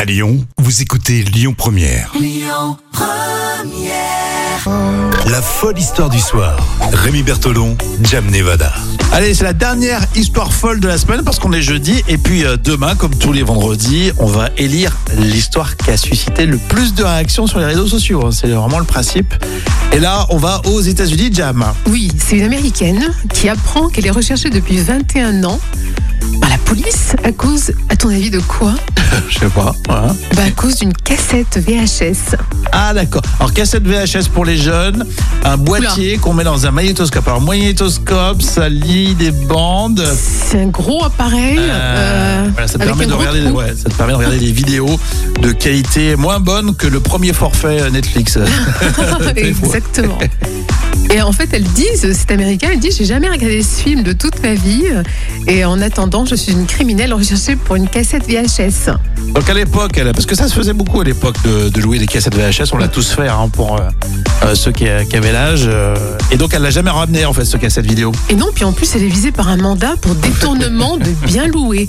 À Lyon, vous écoutez Lyon Première. Lyon Première. La folle histoire du soir. Rémi Bertolon, Jam Nevada. Allez, c'est la dernière histoire folle de la semaine parce qu'on est jeudi. Et puis euh, demain, comme tous les vendredis, on va élire l'histoire qui a suscité le plus de réactions sur les réseaux sociaux. hein. C'est vraiment le principe. Et là, on va aux États-Unis, Jam. Oui, c'est une Américaine qui apprend qu'elle est recherchée depuis 21 ans par la police à cause, à ton avis, de quoi Je sais pas. voilà. bah, À cause d'une cassette VHS. Ah, d'accord. Alors, cassette VHS pour les jeunes, un boîtier qu'on met dans un magnétoscope. Alors, magnétoscope, ça lie des bandes. C'est un gros appareil. Euh, euh, voilà, ça, te avec permet un de gros regarder, trou. ouais, ça te permet de regarder des vidéos de qualité moins bonne que le premier forfait euh, Netflix. Exactement. Et en fait, elle dit, ce- cette américaine, elle dit J'ai jamais regardé ce film de toute ma vie. Et en attendant, je suis une criminelle recherchée pour une cassette VHS. Donc à l'époque, elle- parce que ça se faisait beaucoup à l'époque de, de louer des cassettes VHS, on l'a tous fait hein, pour euh, euh, ceux qui, qui avaient l'âge. euh, et donc elle l'a jamais ramené en fait ce cassette vidéo. Et non, puis en plus, elle est visée par un mandat pour détournement de biens loués.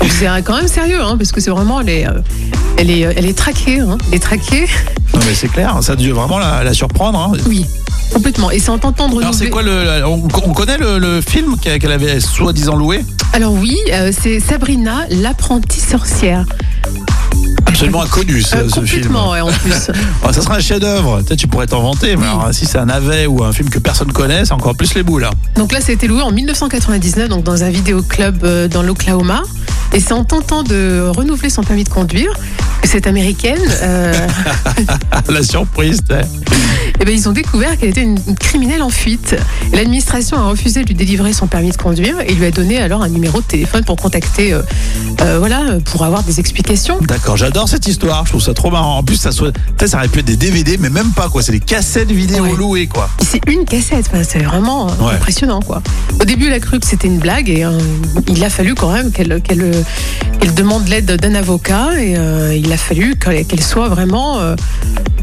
Donc c'est euh, quand même sérieux, hein, parce que c'est vraiment, elle est, euh, elle est, euh, elle est traquée, hein, elle est traquée. Non mais c'est clair, ça a dû vraiment la, la surprendre. hein. Oui, complètement. Et c'est en tentant de Alors c'est renouveler- quoi le, on, on connaît le, le film qu'elle qu'elle avait soi-disant loué Alors oui, euh, c'est Sabrina, l'apprentie sorcière. Absolument inconnu ce, Euh, ce film. complètement, ouais, en plus. Oh, ça serait un chef-d'œuvre. Peut-être tu pourrais t'en vanter, mais alors, si c'est un navet ou un film que personne connaît, c'est encore plus les boules. hein. donc là, ça a été loué en 1999, donc dans un vidéoclub euh, dans l'Oklahoma. Et c'est en tentant de renouveler son permis de conduire que cette américaine, euh, Ah, la surprise. t'es. Eh ben, ils ont découvert qu'elle était une une criminelle en fuite. Et L'administration a refusé de lui délivrer son permis de conduire et lui a donné alors un numéro de téléphone pour contacter, euh, euh, voilà, euh, pour avoir des explications. D'accord, j'adore cette histoire. Je trouve ça trop marrant. En plus, ça, soit, peut-être ça aurait pu être des DVD, mais même pas quoi. C'est des cassettes vidéo Ouais. louées quoi. Et C'est une cassette, enfin, c'est vraiment euh, Ouais. impressionnant quoi. Au début, elle a cru que c'était une blague et euh, il a fallu quand même qu'elle qu'elle, euh, qu'elle demande l'aide d'un avocat et euh, il a fallu qu'elle qu'elle soit vraiment euh,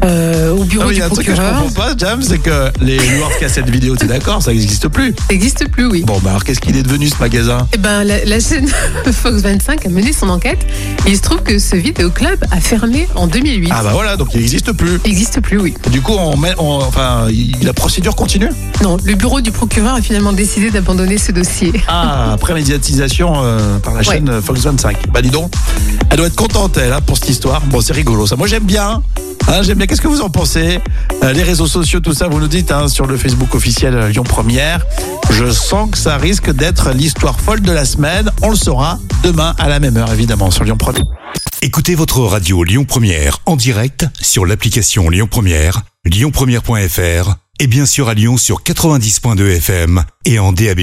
euh, au bureau Ah oui, il du y a un truc que je procureur. comprends pas, Jam, c'est que les loueurs de cassettes vidéo, t'es d'accord, ça n'existe plus. Ça n'existe plus, oui. Bon, bah alors qu'est-ce qu'il est devenu ce magasin Eh ben, la, la chaîne Fox 25 a mené son enquête et il se trouve que ce vidéoclub a fermé en 2008. Ah bah voilà, donc il n'existe plus. Il n'existe plus, oui. Du coup, on met, on- enfin, il- la procédure continue. Non, le bureau du procureur a finalement décidé d'abandonner ce dossier. Ah, après médiatisation euh, par la chaîne Fox 25. Bah dis donc, elle doit être contente elle hein, pour cette histoire. Bon, c'est rigolo ça. Moi j'aime bien. hein, j'aime bien. Qu'est-ce que vous en pensez Euh, Les réseaux sociaux, tout ça, vous nous dites hein, sur le Facebook officiel euh, Lyon Première. Je sens que ça risque d'être l'histoire folle de la semaine. On le saura demain à la même heure évidemment sur Lyon Première. Écoutez votre radio Lyon Première en direct sur l'application Lyon Première, lyonpremière.fr et bien sûr à Lyon sur 90.2 FM et en DAB+.